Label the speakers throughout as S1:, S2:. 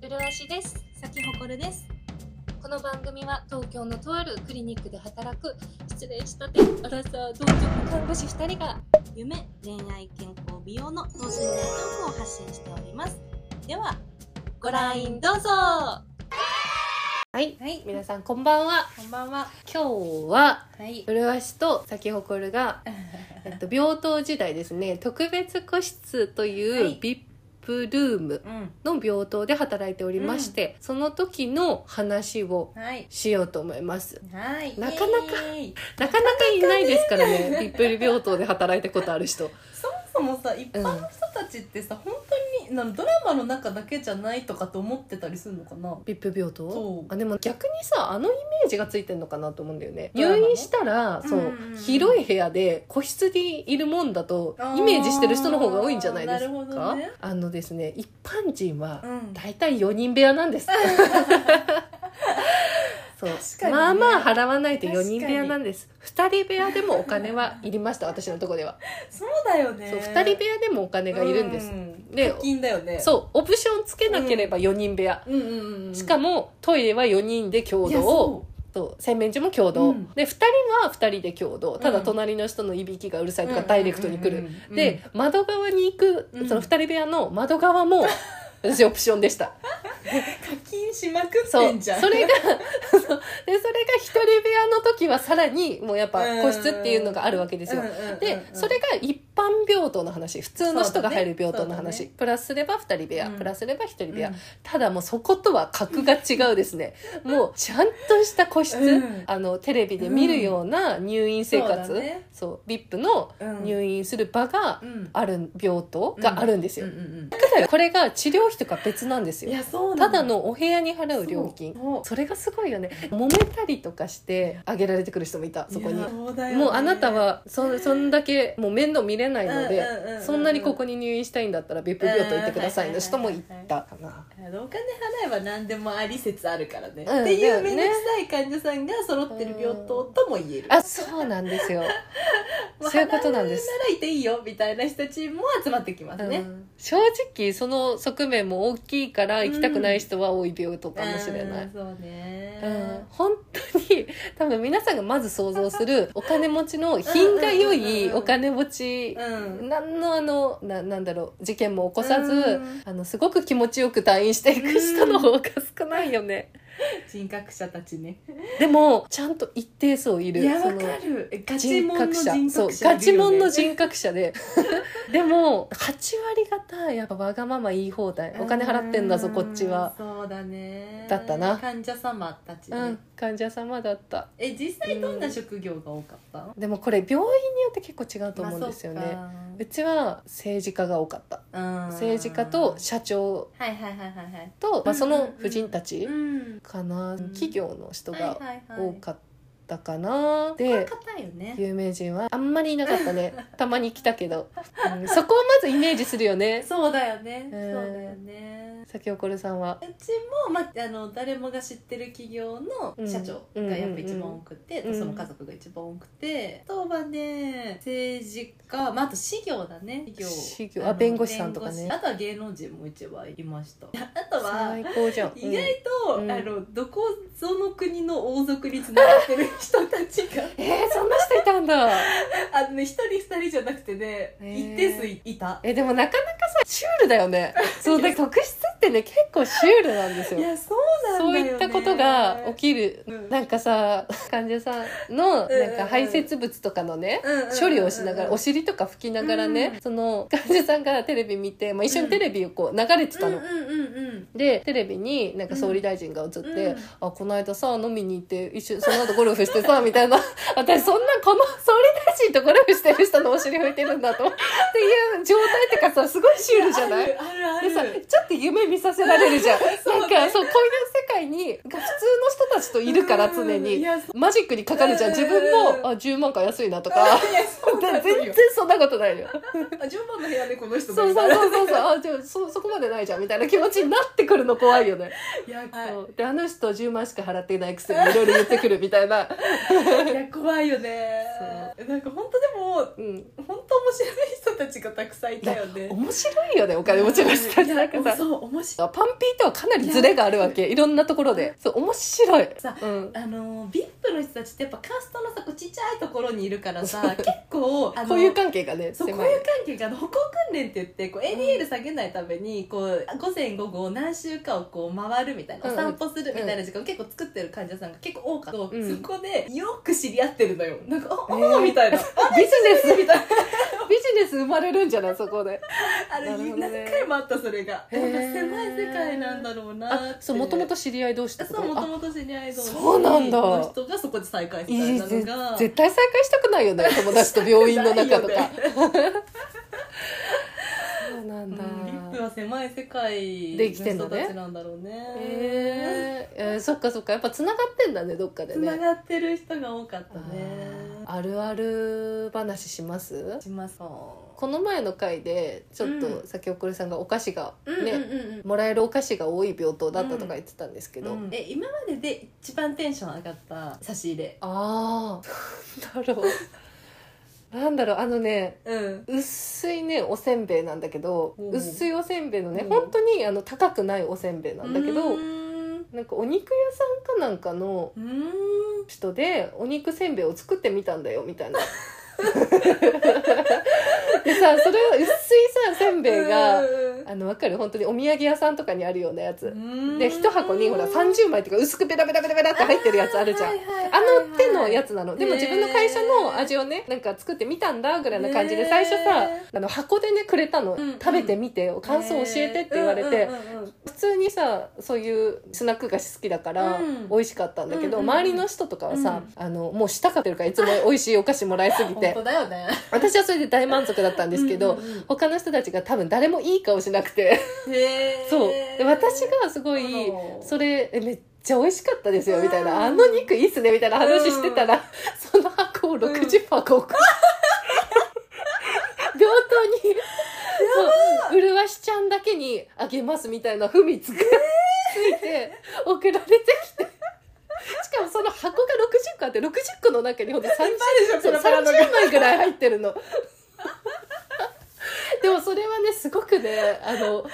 S1: プルアシです
S2: 咲ほこるです。
S1: この番組は東京のとあるクリニックで働く失礼したてアラサー同居看護師2人が
S2: 夢、恋愛、健康、美容の等身大トークを発信しております。では、
S1: ご覧どうぞはい
S2: はい
S1: 皆さんこんばんは
S2: こんばんは。
S1: 今日は
S2: はい。
S1: 麗しと咲ほこる が、えっと、病棟時代ですね特別個室と
S2: はいいう
S1: VIP ルーム
S2: うん。
S1: の病棟で働いておりまして、その時の話を
S2: はい。
S1: しようと思い ます
S2: はい。
S1: なかなか
S2: イエーイ。
S1: なかなかいないですからねビップル病棟で働いたことある 人
S2: そもそもさ、一般の人たちってさ、本当に、なのドラマの中だけじゃないとかと思ってたりするのかな。
S1: ビップ病棟
S2: そう
S1: あでも逆にさあのイメージがついてんのかなと思うんだよね
S2: ドラマ
S1: 入
S2: の
S1: 院したらそう、
S2: うんうんうん
S1: 広い部屋で個室にいるもんだと
S2: あー
S1: イメージしてる人の方が多いんじゃないですか
S2: なるほどね
S1: あのですね一般人は
S2: うん
S1: 大体4人部屋なんです そう
S2: 確かにね
S1: まあまあ払わないと4人部屋なんです2人部屋でもお金はいりま した私のとこでは、
S2: そうだよね。
S1: そう2人部屋でもお金がいるんです、
S2: うん
S1: で
S2: 課金だよね。
S1: そうオプションつけなければ4人部屋、
S2: う。うんうんうん。
S1: しかもトイレは4人で共
S2: いや
S1: 同
S2: そ
S1: と洗面所も共同、
S2: うん
S1: で2人は2人で共同ただ隣の人のいびきがうるさ
S2: う
S1: いとかダイレクトに来る、
S2: うんうんうんうん、
S1: で窓側に行く
S2: うん
S1: その2人部屋の窓側も 私オプションでした
S2: 課金しまくっ
S1: そ
S2: て
S1: うん
S2: じ
S1: そ
S2: ゃん。
S1: れが そうでそれが1人部屋の時はさらにもうやっぱ個室っていうのがあるわけですよ、
S2: うんうんうんうん
S1: でそれが一般病棟の話普通の人が入る病棟の話、
S2: そうだねそうだね
S1: プラスすれば2人部屋、
S2: うん
S1: プラスすれば1人部屋、
S2: うん
S1: ただもうそことは格が違うですねもうちゃんとした個室、
S2: うん
S1: あのテレビで見るような入院生活、
S2: そうだね
S1: そう VIP の
S2: うん
S1: 入院する場が
S2: うん
S1: ある病棟があるんですよ、
S2: うんうんうん
S1: だからこれが治療費とか別なんですよ
S2: いやそうな
S1: た
S2: ん
S1: だのお部屋に払う料金
S2: そう
S1: それがすごいよね揉めたりとかしてあげられてくる人もいたそこ
S2: い
S1: に
S2: や。そうだよね
S1: もうあなたはそそんだけもう面倒見れないので、
S2: うんうんうんうん
S1: そんなにここに入院したいんだったら別府病棟行ってください
S2: うん
S1: の人も言ったかな、
S2: あのお金払えば何でもあり説あるからね、
S1: うん
S2: っていう
S1: だよね
S2: 面倒くさい患者さんが揃ってる病棟とも言える、
S1: あそうなんです よ
S2: も
S1: そういうことなんです
S2: 払うならいていいよみたいな人たちも集まってきますね、
S1: うん正直その側面も大きいから行きたくない人は多い病棟かもしれない、
S2: うんそうね、
S1: うん、本当に多分皆さんがまず想像するお金持ちの品が良いお金持ち
S2: うん
S1: 何のあのななんだろう事件も起こさず、
S2: うん
S1: あのすごく気持ちよく退院していく人の方が少ないよね、
S2: 人格者たちね
S1: でもちゃんと一定数いる
S2: いや
S1: そ
S2: わ
S1: の
S2: かるえガチ
S1: 人
S2: モンの
S1: 格
S2: 人
S1: 者
S2: 格者
S1: そう
S2: いるよね
S1: ガチモンの人格者ででも8割方やっぱわがまま言い放題お金払ってんだぞ
S2: う
S1: こっちは
S2: そうだね
S1: だったな
S2: 患者様たち、ね
S1: うん患者様だった
S2: え実際どんな職業が多かった、
S1: でもこれ病院によって結構違うと思うんですよね、
S2: まあ
S1: うちは政治家が多かった
S2: そうかうん
S1: 政治家と社長
S2: はいはいはいはいはい
S1: と、まあ、そ
S2: うんうん
S1: の
S2: うん
S1: 婦人たち
S2: ん
S1: かな、
S2: ん
S1: 企業の人が
S2: はいはいはい
S1: 多かったかな、で
S2: 硬いよね
S1: 有名人はあんまりいなかったねたまに来たけど、うんそこをまずイメージするよね
S2: そうだよね、
S1: うん
S2: そうだよね
S1: 先ほこるさんは
S2: うちも、まあ、あの誰もが知ってる企業の社長がやっぱ一番多くて、
S1: うんうんうん
S2: その家族が一番多くて、あとはね政治家、まあ、あと私業だね
S1: 私
S2: 私
S1: 業あ弁護士さんとかね
S2: 弁護士あとは芸能人も一番いましたあとは
S1: 最高じゃん
S2: 意外と、
S1: うん
S2: あのどこぞの国の王族につながってる人たちが
S1: えー、そんな人いたんだ
S2: あのね一人二人じゃなくてね
S1: へー
S2: 一定数いた。
S1: えでもなかなかさシュールだよ ねそうだ特質ってね結構シュールなんです
S2: い
S1: よ
S2: やそうなん
S1: そう
S2: だよ、ね、
S1: いったことが起きる、
S2: うん
S1: なんかさ患者さんのなん
S2: うんうんう
S1: か
S2: ん
S1: 排泄物とかのね、
S2: うんうんうんうん
S1: 処理をしながらお尻とか拭きながらね、
S2: うん
S1: その患者さんがテレビ見て、まあ、一緒にテレビをこう流れてたの、
S2: うんうんうんうん
S1: でテレビになんか総理大臣が映って「
S2: うん
S1: あこの間さ飲みに行って一緒にその後ゴルフしてさ」み たいな私そんなこの総理大臣とゴルフしてる人のお尻拭いてるんだとっていう状態ってかさすごいシュールじゃない
S2: あるあ
S1: で
S2: る
S1: さ
S2: ある
S1: ちょっと夢見させられるじゃん、
S2: う
S1: なん
S2: ね
S1: かそうこういう世界にが普通の人たちといるから常
S2: うんい
S1: に
S2: やそ
S1: マジックにかかるじゃん
S2: うん
S1: 自分もあ10万か安いなとか
S2: いやそうな
S1: 全
S2: のよ
S1: 然そんなことないよ
S2: あ順番の部屋でこの人
S1: そ
S2: も
S1: うそう
S2: いた
S1: そうそうそうあじゃあそそこまでないじゃんみたいな気持ちになってくるの怖いよね、
S2: いや,、
S1: そうであの人10万しか払ってないくせにいろいろ言ってくるみたいな、
S2: い、や怖いよねなんか本当でも
S1: うん、
S2: 本当思白い人たちがたくさんいたよね
S1: 面白いよねお金持ちの人たちなんかさ
S2: そう面白い
S1: パンピーとはかなりズレがあるわけいろんなところでそう面白い
S2: さ
S1: うん、
S2: あの VIP の人たちってやっぱカーストのさこうちっちゃいところにいるからさ結構あの
S1: 交友関係がね
S2: そうこう
S1: 狭
S2: い
S1: いう
S2: 関係があの歩行訓練って言ってこう ADL 下げないためにこう午前午後何週かをこう回るみたいな、
S1: うん
S2: お散歩するみたいな時間を結構作ってる患者さんが結構多かった、
S1: ん
S2: そこでよく知り合ってるのよなんか「あ、
S1: えー
S2: あみたいな「
S1: ビジネス
S2: あみたいな
S1: ビジネス生まれるんじゃないそこで
S2: あれ
S1: なるほどね
S2: 何回もあったそれが、
S1: へー
S2: なんか狭い世界なんだろうなーっ
S1: あ
S2: て
S1: そうもともと知り合い同士ってこと
S2: そうもと
S1: あ
S2: もと知り合い同士
S1: そうなんだ
S2: の人がそこで再会
S1: い
S2: し
S1: い
S2: たの
S1: ぜ
S2: が
S1: 絶対再会したくないよ ね友達と病院の中と
S2: ないよ
S1: か
S2: ね
S1: そうなんだ、
S2: うんリップは狭い世界
S1: で生きてんだ
S2: の
S1: ね
S2: 人たちなんだろうね
S1: えーえーそっかそっかやっぱつながってんだねどっかで
S2: つな
S1: ね
S2: がってる人が多かったね
S1: あーあるある話します
S2: しますこ
S1: この前の回でちょっ
S2: う
S1: と先送りさんがお菓子がね、
S2: ね、うんうんうん
S1: もらえるお菓子が多い病棟だったとか言ってたんですけど、
S2: うんえ今までで一番テンション上がった差し入れ
S1: ああ なんだろうなんだろうあのね
S2: うん
S1: 薄いねおせんべいなんだけど
S2: うん
S1: 薄いおせんべいのね
S2: うん
S1: 本当にあの高くないおせんべいなんだけど
S2: うーんう
S1: なんかお肉屋さんかなんかの
S2: ーん
S1: 人でお肉せんべいを作ってみたんだよみたい な。でさそれを薄いさせんべいが
S2: う
S1: あのわかる本当にお土産屋さんとかにあるようなやつ
S2: ん
S1: で一箱にほら30枚とか薄くペラペラペラペラって入ってるやつあるじゃん
S2: はいはいはい
S1: あ
S2: はい
S1: の手のやつなのでも
S2: へー
S1: 自分の会社の味をねなんか作ってみたんだぐらいな感じで
S2: へー
S1: 最初さあの箱でねくれたの
S2: うん
S1: 食べてみて感想教えてって言われ
S2: う
S1: て
S2: んうんうんうん
S1: 普通にさそういうスナック菓子好きだから
S2: うん
S1: 美味しかったんだけど
S2: うんうんうん
S1: 周りの人とかはさあのもうしたかってるからいつも美味しいお菓子もらいすぎ
S2: 本
S1: て
S2: 当だよね
S1: 私はそれで大満足だったんですけ
S2: うん
S1: ど
S2: うんうん
S1: 他の人たちが多分誰もいい顔しなくて
S2: へー
S1: そうで私がすごい
S2: そう
S1: それえめっちゃ美味しかったですよみたいな、
S2: うん
S1: あの肉いいっすねみたいな話してたら、その箱を60箱 送る、病棟にそう麗しちゃんだけにあげますみたいな文みつく、ついて送られてきてしかもその箱が60個あって60個の中にほんと30
S2: いっぱいでしょ
S1: そう
S2: ペラペラのが
S1: 30枚ぐらい入ってる の。でもそれはねすごくねあの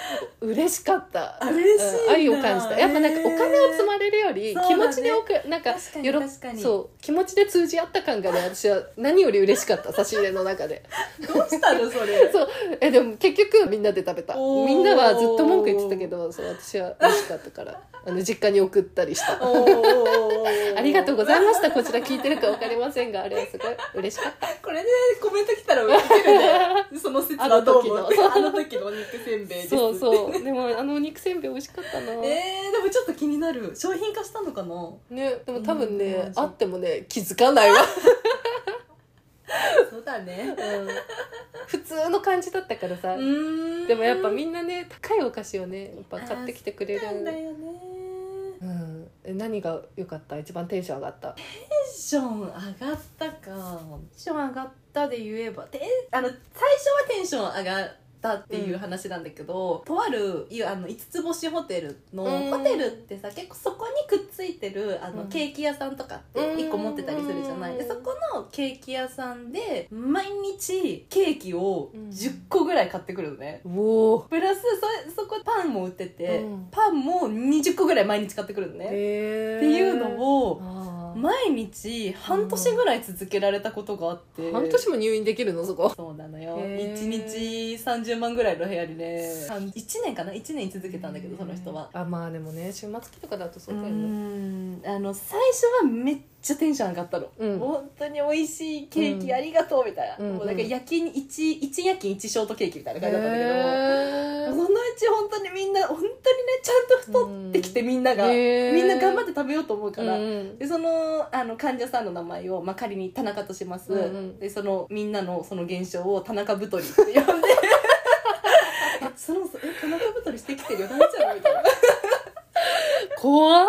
S1: 嬉しかった
S2: あ嬉しいんだ
S1: 愛を感じたやっぱなんかお金を積まれるより
S2: へー
S1: 気持ちでおく、なんか
S2: 確かに
S1: よろ
S2: 確かに
S1: そう気持ちで通じ合った感がね私は何より嬉しかった差し入れの中で
S2: どうしたのそれ
S1: そうえでも結局みんなで食べた
S2: おー
S1: みんなはずっと文句言ってたけどそう私は嬉しかったからあの実家に送ったりした ありがとうご
S2: い
S1: ざいましたこちら聞いてるか分かりませんがあれはすごい嬉しかった
S2: ますこれでコメント来たら受ける ねその説はどう思って
S1: あ
S2: あの時のお肉せんべいです
S1: そうそうでもあのお肉せんべい美味しかったな、
S2: えー、でもちょっと気になる商品化したのかな
S1: ねでも多分ね、
S2: うん
S1: あってもね気づかないわ
S2: そうだね
S1: 普通の感じだったからさ、
S2: ん
S1: でもやっぱ
S2: 見
S1: みんなね高いお菓子をねやっぱ買ってきてくれ
S2: たんだ
S1: る
S2: よね
S1: うんえ何が良かった一番テンション上がった
S2: テンション上がったかテンション上がったで言えばてあの最初はテンション上がったっていう話なんだけど、とあるいあの5つ星ホテルの、
S1: うん
S2: ホテルってさ結構そこにくっついてるあの、
S1: うん
S2: ケーキ屋さんとかって
S1: うん
S2: 1個持ってたりするじゃない、
S1: うん
S2: でそこのケーキ屋さんで毎日ケーキを
S1: うん
S2: 10個ぐらい買ってくるのね、
S1: おお
S2: プラスそそこパンも売ってて、
S1: うん
S2: パンも20個ぐらい毎日買ってくるのね、
S1: へえ
S2: っていうのを
S1: あー
S2: 毎日半年ぐらい続けられたことがあって、
S1: 半年も入院できるのそこ
S2: そうなのよ
S1: へー
S2: 1日30万ぐらいの部屋にね1年かな1年続けたんだけどその人は
S1: あまあでもね週末期とかだとそううだよね
S2: んあの最初はめっちゃテンション上がったの、
S1: うん
S2: 本当に美味しいケー
S1: うん
S2: キありがとうみたいな、
S1: うんうん
S2: もうなんか夜勤一一夜勤一ショートケーキみたいな
S1: へ
S2: 感じだったんだけど、
S1: え
S2: そのうち本当にみんな本当にねちゃんと太ってきてみんなが、
S1: へー
S2: みんな頑張って食べようと思うから、
S1: うん
S2: でそのあの患者さんの名前を、まあ、仮に田中とします、
S1: うんうん
S2: でそのみんなのその現象を田中太りって呼んでその え田中太りしてきてるよ大丈夫みたいな っ
S1: 怖っ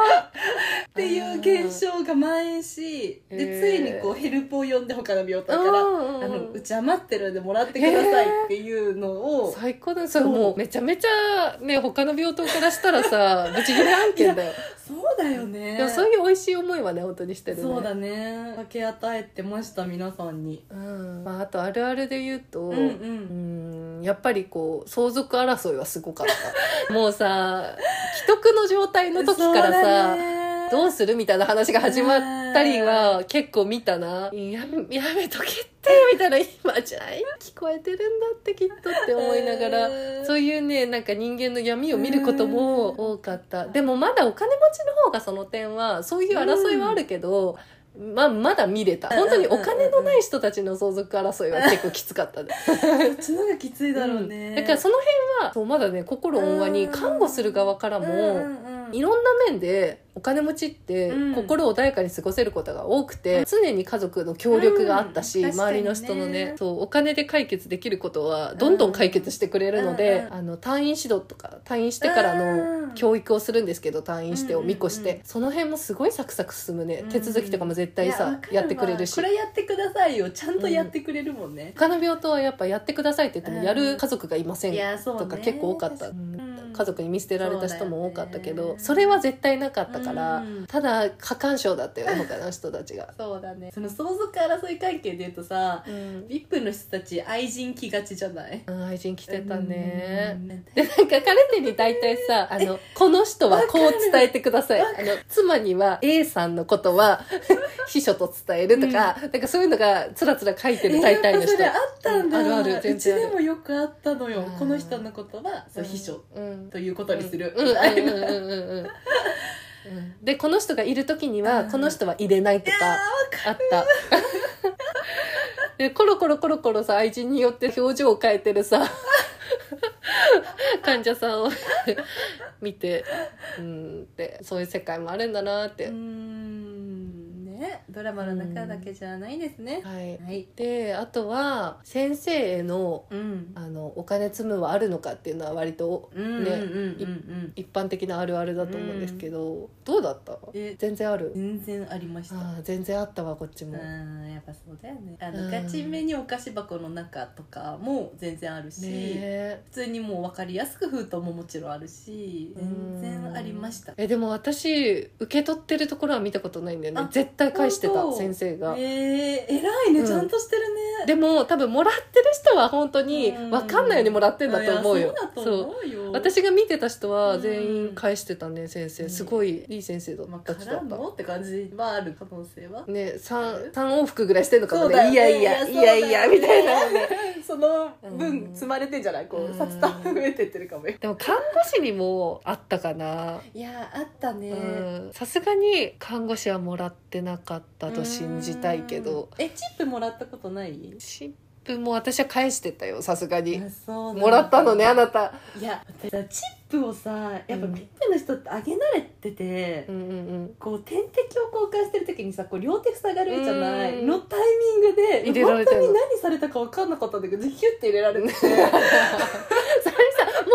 S1: て
S2: いう現象が蔓延しでついにこうこうヘルプを呼んで他の病棟
S1: だ
S2: か、
S1: からら
S2: あの
S1: う
S2: う
S1: ち
S2: ち余ってるんでもらってくださいっていうのを、
S1: 最高だねそれもうめちゃめちゃね他の病棟からしたらさぶち切れ案件だよ
S2: そうだよね
S1: でもそういう美味しい思いはね本当にしてるね
S2: そうだね分け与えてました皆さんに
S1: うんまあ、あとあるあるで言うと、
S2: うんう
S1: うんんやっぱりこう相続争いはすごかったもうさ既得の状態の時からさ、どうするみたいな話が始まったりは結構見たな。やめ、やめとけって、みたいな、今じゃあ聞こえてるんだってきっとって思いながら、そう
S2: い
S1: いうね、なんか人間の闇を見ることも多かった。でもまだお金持ちの方がその点は、そういう争いはあるけど、まあ、まだ見れた。本当にお金のない人たちの相続争いは結構きつかったね。
S2: うこっちの方がきついだろうね、
S1: うんだからその辺は、そうまだね、心温和に看護する側からも、
S2: うんうん
S1: いろんな面でお金持ちって
S2: うん
S1: 心穏やかに過ごせることが多くて、常に家族の協力があったし、
S2: うん確か
S1: 周
S2: にね
S1: りの人のねそうお金で解決できることはどんどん解決してくれるので、
S2: うん
S1: あの退院指導とか退院してから
S2: うん
S1: の教育をするんですけど退院して
S2: う
S1: を
S2: んうんうん
S1: 見越して、その辺もすごいサクサク進むね、
S2: うん
S1: 手続きとかも絶対
S2: い
S1: さ
S2: わか
S1: やってくれるし
S2: こ。れやってくださいよちゃんとやってくれるもんね、
S1: 他の病棟はやっぱやってくださいって言ってもや
S2: う
S1: る
S2: ん
S1: 家族がいません
S2: いやそうね
S1: とか結構多かった、
S2: ん
S1: 家族に見捨てられた人も多かったけ
S2: そうだ
S1: ど
S2: よ
S1: そ,、
S2: ね
S1: れは絶対なかったから、
S2: うん、
S1: ただ過干渉だったよね他の人たちが
S2: そうだねその相続争い関係で言うとさ
S1: うん、
S2: ビップの人たち愛人来がちじゃない
S1: 愛人来てたね、
S2: うん
S1: でなんかカルテに大体さあのこの人はこう伝えてくださいあ
S2: わか
S1: の妻には A さんのことは 秘書と伝えるとか、なんかそういうのがつらつら書いてる大体の人
S2: えーやっぱそれあったんだ、
S1: うんあるある
S2: う
S1: 全
S2: ち
S1: 然ある
S2: でもよくあったのよ
S1: あー
S2: この人の言葉そう秘書
S1: うん
S2: ということにする
S1: うん
S2: み
S1: うん
S2: たいな
S1: うんうんうんうんうんでこの人がいる時には、
S2: うん
S1: この人は入れないと
S2: いや
S1: かあったでコロコロコロコロさ愛人によって表情を変えてるさ患者さんを見てうんってそういう世界もあるんだなって、
S2: うーんねドラマの中だけじゃないですね、
S1: はい
S2: はい
S1: であとは先生への
S2: うん
S1: あのお金積むはあるのかっていうのは割と
S2: うんうんうんうん
S1: 一般的なあるあるだと思うんですけど、どうだった
S2: え
S1: 全然ある
S2: 全然ありました
S1: ああ全然あったわこっちも、
S2: うんやっぱそうだよねあ
S1: う
S2: の
S1: ん
S2: ガチめにお菓子箱の中とかも全然あるし、
S1: ねえ
S2: 普通にもう分かりやすく封筒ももちろんあるし全然ありました
S1: うんえでも私受け取ってるところは見たことないんだよね
S2: あ
S1: 絶対返して
S2: 本
S1: た
S2: 当
S1: 先生が、
S2: えー、偉いね、
S1: うん
S2: ちゃんとしてるね
S1: でも多分もらってる人は本当に
S2: うん
S1: 分かんないようにもらってんだと思うよ、
S2: いやそうだと思うよ
S1: 私が見てた人は全
S2: うん
S1: 員返してたね先生すごいいい先生だ
S2: まあ
S1: った人だ
S2: 絡
S1: っ
S2: ん
S1: た
S2: のって感じはある可能性は
S1: ね三3往復ぐらいしてんのかも
S2: そう
S1: ね
S2: だよね
S1: いやいや
S2: い
S1: い
S2: や
S1: やいや
S2: そう
S1: み
S2: だ
S1: た
S2: よ
S1: いな
S2: ね
S1: ね
S2: その
S1: う
S2: 分
S1: ん
S2: 積まれてんじゃないこ
S1: う
S2: うん札束増えてってるかもよ
S1: でも看護師にもあったかない
S2: やーあったね
S1: うんさすがに看護師はもらってなかったと信じたいけど
S2: うんえチップもらったことない
S1: 新聞も私は返してたよさすがに
S2: あそうなんだ
S1: もらったのねあなた
S2: いや私さチップをさやっぱ
S1: うん
S2: ピッペの人ってあげ慣れてて、
S1: うんうんうん
S2: こう点滴を交換してる時にさこう両手塞がれるじゃない
S1: うん
S2: のタイミングで
S1: 入れられてんの
S2: 本当に何されたか分かんなかったんだけどヒュッて入れられて
S1: それさ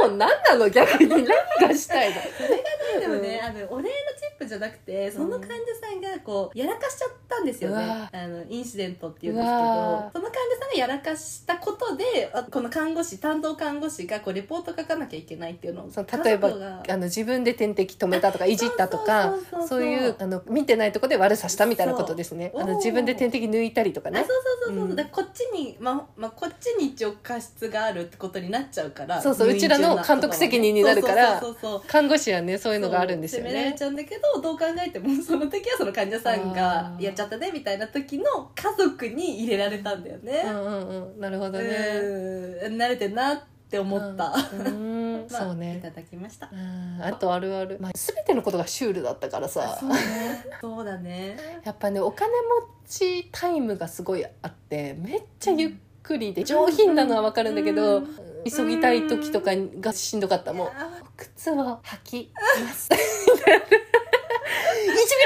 S1: もう何なの逆に何がしたいの
S2: でもね、あのお礼のチップじゃなくてその患者さんがこうやらかしちゃったんですよ
S1: う
S2: ね
S1: わ
S2: あのインシデントっていうんですけど
S1: うわ
S2: その患者さんがやらかしたことであこの看護師担当看護師がこうレポート書かなきゃいけないっていうのを
S1: その例えば
S2: 家族が
S1: あの自分で点滴止めたとかいじったとか
S2: そうそうそうそう
S1: そういうあの見てないとこで悪さしたみたいなことですね
S2: そう
S1: あの自分で点滴抜いたりとか
S2: あそう
S1: ね
S2: そうそうそう、
S1: うん
S2: だからこっちに、まま、こっちに一応過失があるってことになっちゃうから
S1: そうそう
S2: 入院中
S1: うちらの監督責任になるから
S2: そうそうそうそう
S1: 看護師はねそういうのがあるんですよ
S2: 責めら
S1: ね
S2: れちゃうんだけどどう考えてもその時はその患者さんが
S1: あー
S2: やっちゃったねみたいな時の家族に入れられたんだよね、
S1: うんうんうんなるほどね
S2: うーん慣れてんなって思った、
S1: うんうん
S2: まあ
S1: そう
S2: い
S1: ね
S2: ただきました
S1: うんあとあるある、まあ、全てのことがシュールだったからさ
S2: そうねそうだね
S1: やっぱねお金持ちタイムがすごいあってめっちゃゆっくりで上品なのはわかるんだけど、
S2: うん
S1: 急ぎたい時とかがしんどかったもう靴を履きます 1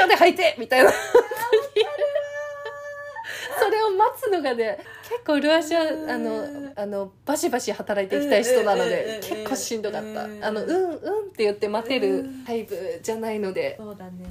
S1: 秒で履いてみたいなそれを待つのがね結構ルアシは
S2: うん
S1: あのあのバシバシ働いていきたい人なので
S2: うんうんうんうん
S1: 結構しんどかっ
S2: うん
S1: たあのうんうんって言って待て
S2: う
S1: る
S2: ん
S1: タイプじゃないので
S2: そうだね、
S1: ん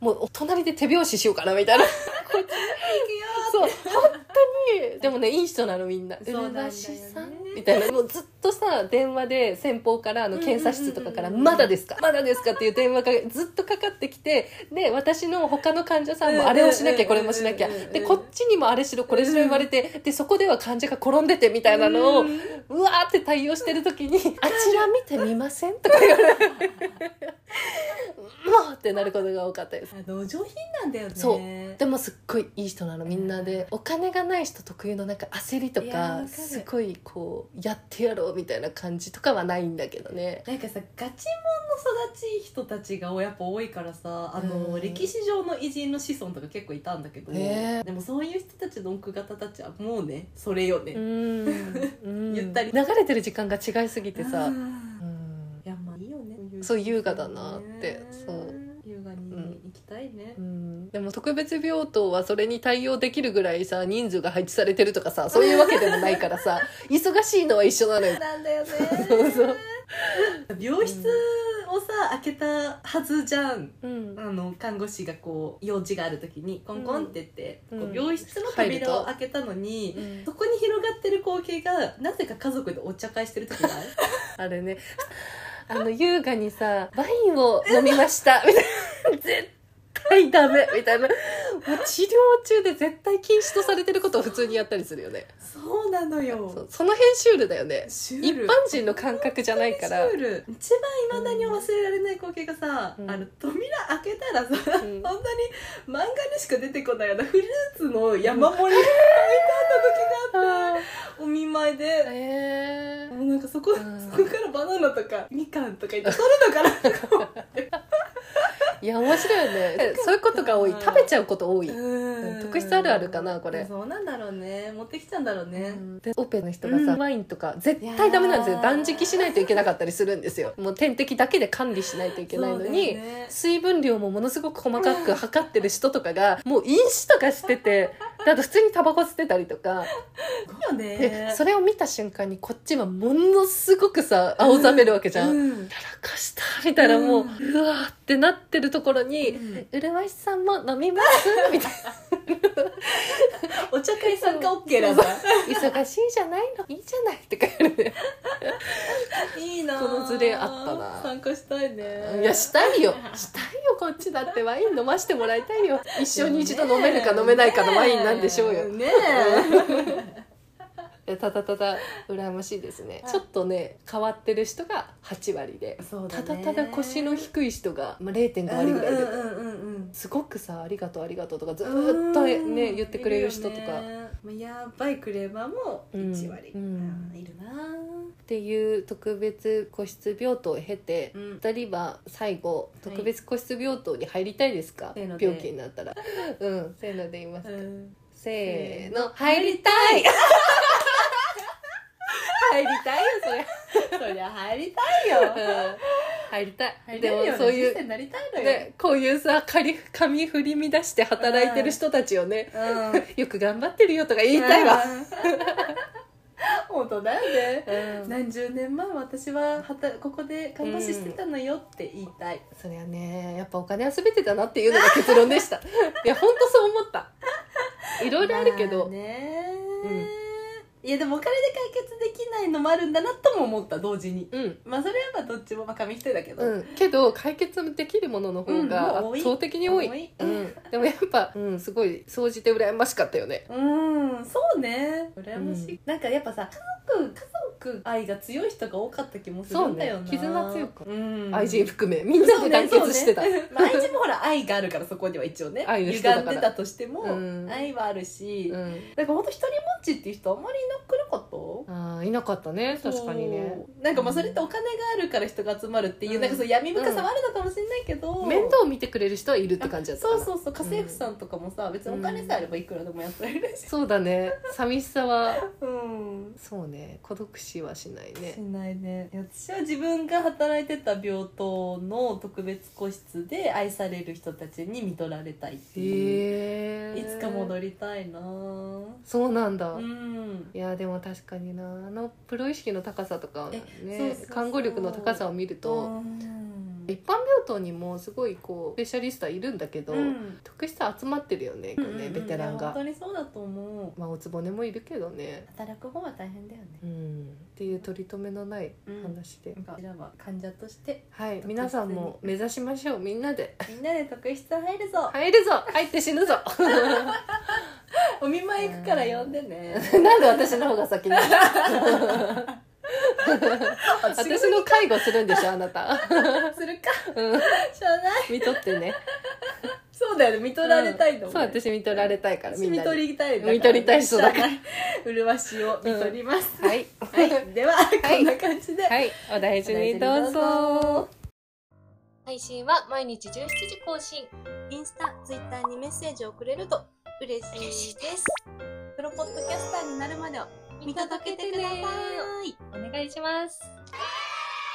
S1: もう隣で手拍子しようかなみたいなそう本当にでもねいい人なのみんな「う
S2: そうな
S1: る
S2: んだよね
S1: わしさん」みたいなもうずっとさ電話で先方からあの
S2: うんうんうんうん
S1: 検査室とかから「まだですかまだですか」っていう電話がずっとかかってきてで私の他の患者さん
S2: うんうんうんうん
S1: もあれをしなきゃこれもしなきゃ
S2: うんうんうん
S1: でこっちにもあれしろこれしろ言われてでそこでは患者が転んでてみたいなのを
S2: うん
S1: うわーって対応してる時に「あちら見てみません?」とか言われて「もう!」ってなることが多かったです。
S2: あのお上品なんだよね
S1: そう
S2: で
S1: でもすっごいいい人なのみんなで、お金がない人特有のなんか焦りと
S2: いやわか
S1: か
S2: る
S1: すごいこうやってやろうみたいな感じとかはないんだけどね
S2: なんかさガチモンの育ち人たちがやっぱ多いからさあの、
S1: うん
S2: 歴史上の偉人の子孫とか結構いたんだけど、
S1: ねえ
S2: でもそういう人たちの奥方たちはもうねそれよね、
S1: うん うん
S2: ゆったり
S1: 流れてる時間が違いすぎて
S2: あ
S1: さ
S2: ー
S1: うん
S2: いやまあいいよね
S1: そう優雅だなって
S2: ね
S1: そう
S2: 優雅に行きたいね、
S1: うんでも特別病棟はそれに対応できるぐらいさ人数が配置されてるとかさそういうわけでもないから さ忙しいのは一緒なのよ
S2: なんだよね
S1: そうそう
S2: 病室をさ開けたはずじゃん
S1: うん
S2: あの看護師がこう用事がある時にコンコンって言って、
S1: うん
S2: こう
S1: うん
S2: 病室の
S1: 入る
S2: 扉
S1: と
S2: を開けたのに、
S1: うん
S2: そこに広がってる光景がなぜか家族でお茶会してる時がある
S1: あれねあの優雅にさワインを飲みましたみたいな絶対ダメみたいなもう治療中で絶対禁止とされてることを普通にやったりするよね
S2: そうなの
S1: そ
S2: よ
S1: うその辺シュールだよね
S2: シ
S1: 一般人の感覚じゃないから
S2: シュール一番未だに忘れられない光景がさ、
S1: うん
S2: あの扉開けたらさ、
S1: う
S2: 本
S1: ん
S2: 当に漫画にしか出てこないようなフルーツの山盛りが置いてあった時があっ
S1: あ
S2: てお見舞い
S1: ー
S2: で。
S1: え
S2: もうなんかそこ、
S1: うん
S2: そこからバナナとかみかんとか言って取るのかな
S1: ー、いや面白いよねそういうことが多い食べちゃうこと多い、
S2: うん
S1: 特質あるあるかなこれ
S2: そうなんだろうね持ってきちゃうんだろうね、
S1: でオペの人がさ、
S2: うん
S1: ワインとか絶対ダメなんです
S2: いや
S1: よ
S2: ー
S1: 断食しないといけなかったりするんですよもう点滴だけで管理しないといけないのに、
S2: そうだよね
S1: 水分量もものすごく細かく測ってる人とかがもう飲酒とかしててであと普通にタバコ吸ってたりとか
S2: すごいよ
S1: で
S2: ね
S1: それを見た瞬間にこっちはものすごくさ青ざめるわけじゃん。
S2: うん
S1: やらかしたみたいなもう、
S2: う
S1: うんわーってなってるところに
S2: うん
S1: 「うるましさんも飲みます」みたい
S2: お茶会参加 OK なんだ
S1: な「忙しいじゃないのいいじゃない」って書いてあるね
S2: いいな
S1: このズレあったな
S2: 参加したいね
S1: いやした いよしたいよこっちだってワイン飲ましてもらいたいよ一生に一度飲めるか飲めないかのワインなんでしょうよ
S2: ね
S1: えただただ羨ましいですね、
S2: はい
S1: ちょっとね変わってる人が8割で
S2: えそう だ
S1: た
S2: ね
S1: だただ腰の低い人が、まあ、0.5割ぐらいで、
S2: うんうんうんうん
S1: すごくさ「ありがとうありがとう」とかずーっとね言ってくれる人と
S2: い
S1: か、
S2: よねまあやばいクレーマーも1割、
S1: うん
S2: あーいるな
S1: っていう特別個室病棟を経て、
S2: うん
S1: 2人は最後
S2: い
S1: 特別個室病棟に入りたいですか、
S2: せーので
S1: 病気になった らうんせーので言いますか、
S2: うん
S1: せーの入りたい 入りたいよそれ
S2: そりゃ入りたいよ
S1: 入りたい
S2: 入れ
S1: で
S2: るよう
S1: も
S2: な
S1: そういう
S2: 人生になりたいのよ、
S1: ね、こういうさ仮髪振り乱して働いてる人たちをね、
S2: うん
S1: よく頑張ってるよとか言いたいわ、
S2: 本当だよね
S1: うん
S2: 何十年前私は働ここで看護師してたのよって言いたい、
S1: そりゃねやっぱお金は全てだなっていうのが結論で したいや本当そう思ったいろいろあるけど、
S2: まあねいやでもお金で解決できないのもあるんだなとも思った同時に
S1: うん
S2: まあそれはまあどっちもまあ紙一重だけど、
S1: うん、けど解決できるものの方が
S2: うんもう多い
S1: 圧倒的に多い,、
S2: 多い
S1: うん、でもやっぱ、うん、すごい総じて羨ましかったよね
S2: うんそうね羨ましい、
S1: う
S2: なんかやっぱさ家族家族愛が強い人が多かった気もするんだよな、
S1: そうね絆強く
S2: うん
S1: 愛人含めみんなで団結してた、
S2: そうねそうね まあ、愛人もほら愛があるからそこには一応ね
S1: 愛の
S2: 歪
S1: 人だから
S2: んでたとしても、
S1: うん
S2: 愛はあるし、
S1: う
S2: だ
S1: ん、
S2: からほんと一人ぼっちっていう人あんまりいなくなかった
S1: あーいなかったね確かにね
S2: そうなんかまあそれってお金があるから人が集まるっていう、
S1: うん
S2: なんかそう闇深さもあるのかもしれないけど、
S1: 面倒を見てくれる人はいるって感じだったか
S2: そ
S1: な
S2: うそうそう家政婦さんとかもさ別にお金さえあればいくらでもやってられるし、
S1: そうだね寂しさは
S2: うん、
S1: そうね孤独死はしない
S2: し
S1: ね
S2: ないねいや私は自分が働いてた病棟の特別個室で愛される人たちに見とられたいっていう、
S1: へえ
S2: いつか戻りたいなぁ
S1: そうなんだ、
S2: うん
S1: いやでも確かになあのプロ意識の高さとかはね
S2: えそうそうそう
S1: 看護力の高さを見ると、
S2: うん
S1: 一般病棟にもすごいこうスペシャリストはいるんだけど、
S2: うん
S1: 特質集まってるよね、こうねベテラン
S2: いや
S1: が
S2: 本当にそうだと思う
S1: まあおつぼねもいるけどね
S2: 働く方は大変だよね
S1: うんっていう取り留めのない話で、
S2: なんかこちらは患者として
S1: はい皆さんも目指しましょうみんなで
S2: みんなで特質入るぞ
S1: 入るぞ入って死ぬぞ
S2: お見舞い行くから呼んでね
S1: なんで私の方が先なの私の介護するんでしょ あなた
S2: するか
S1: うん
S2: しゃあない
S1: 見とってね
S2: そうだよね見取られたいの、
S1: そう私見とられたいから
S2: 私
S1: みん
S2: 見
S1: なに
S2: 取りたいだから
S1: 見取りたい人だから
S2: しゃあない麗しを見取ります、
S1: はい
S2: はい、では、
S1: い
S2: こんな感じで、
S1: はいお大事にどうぞ
S3: 配信は毎日17時更新
S4: インスタ、ツイッターにメッセージをくれると嬉しいです。プロポッドキャスターになるまでを見届けてください。
S3: お願いします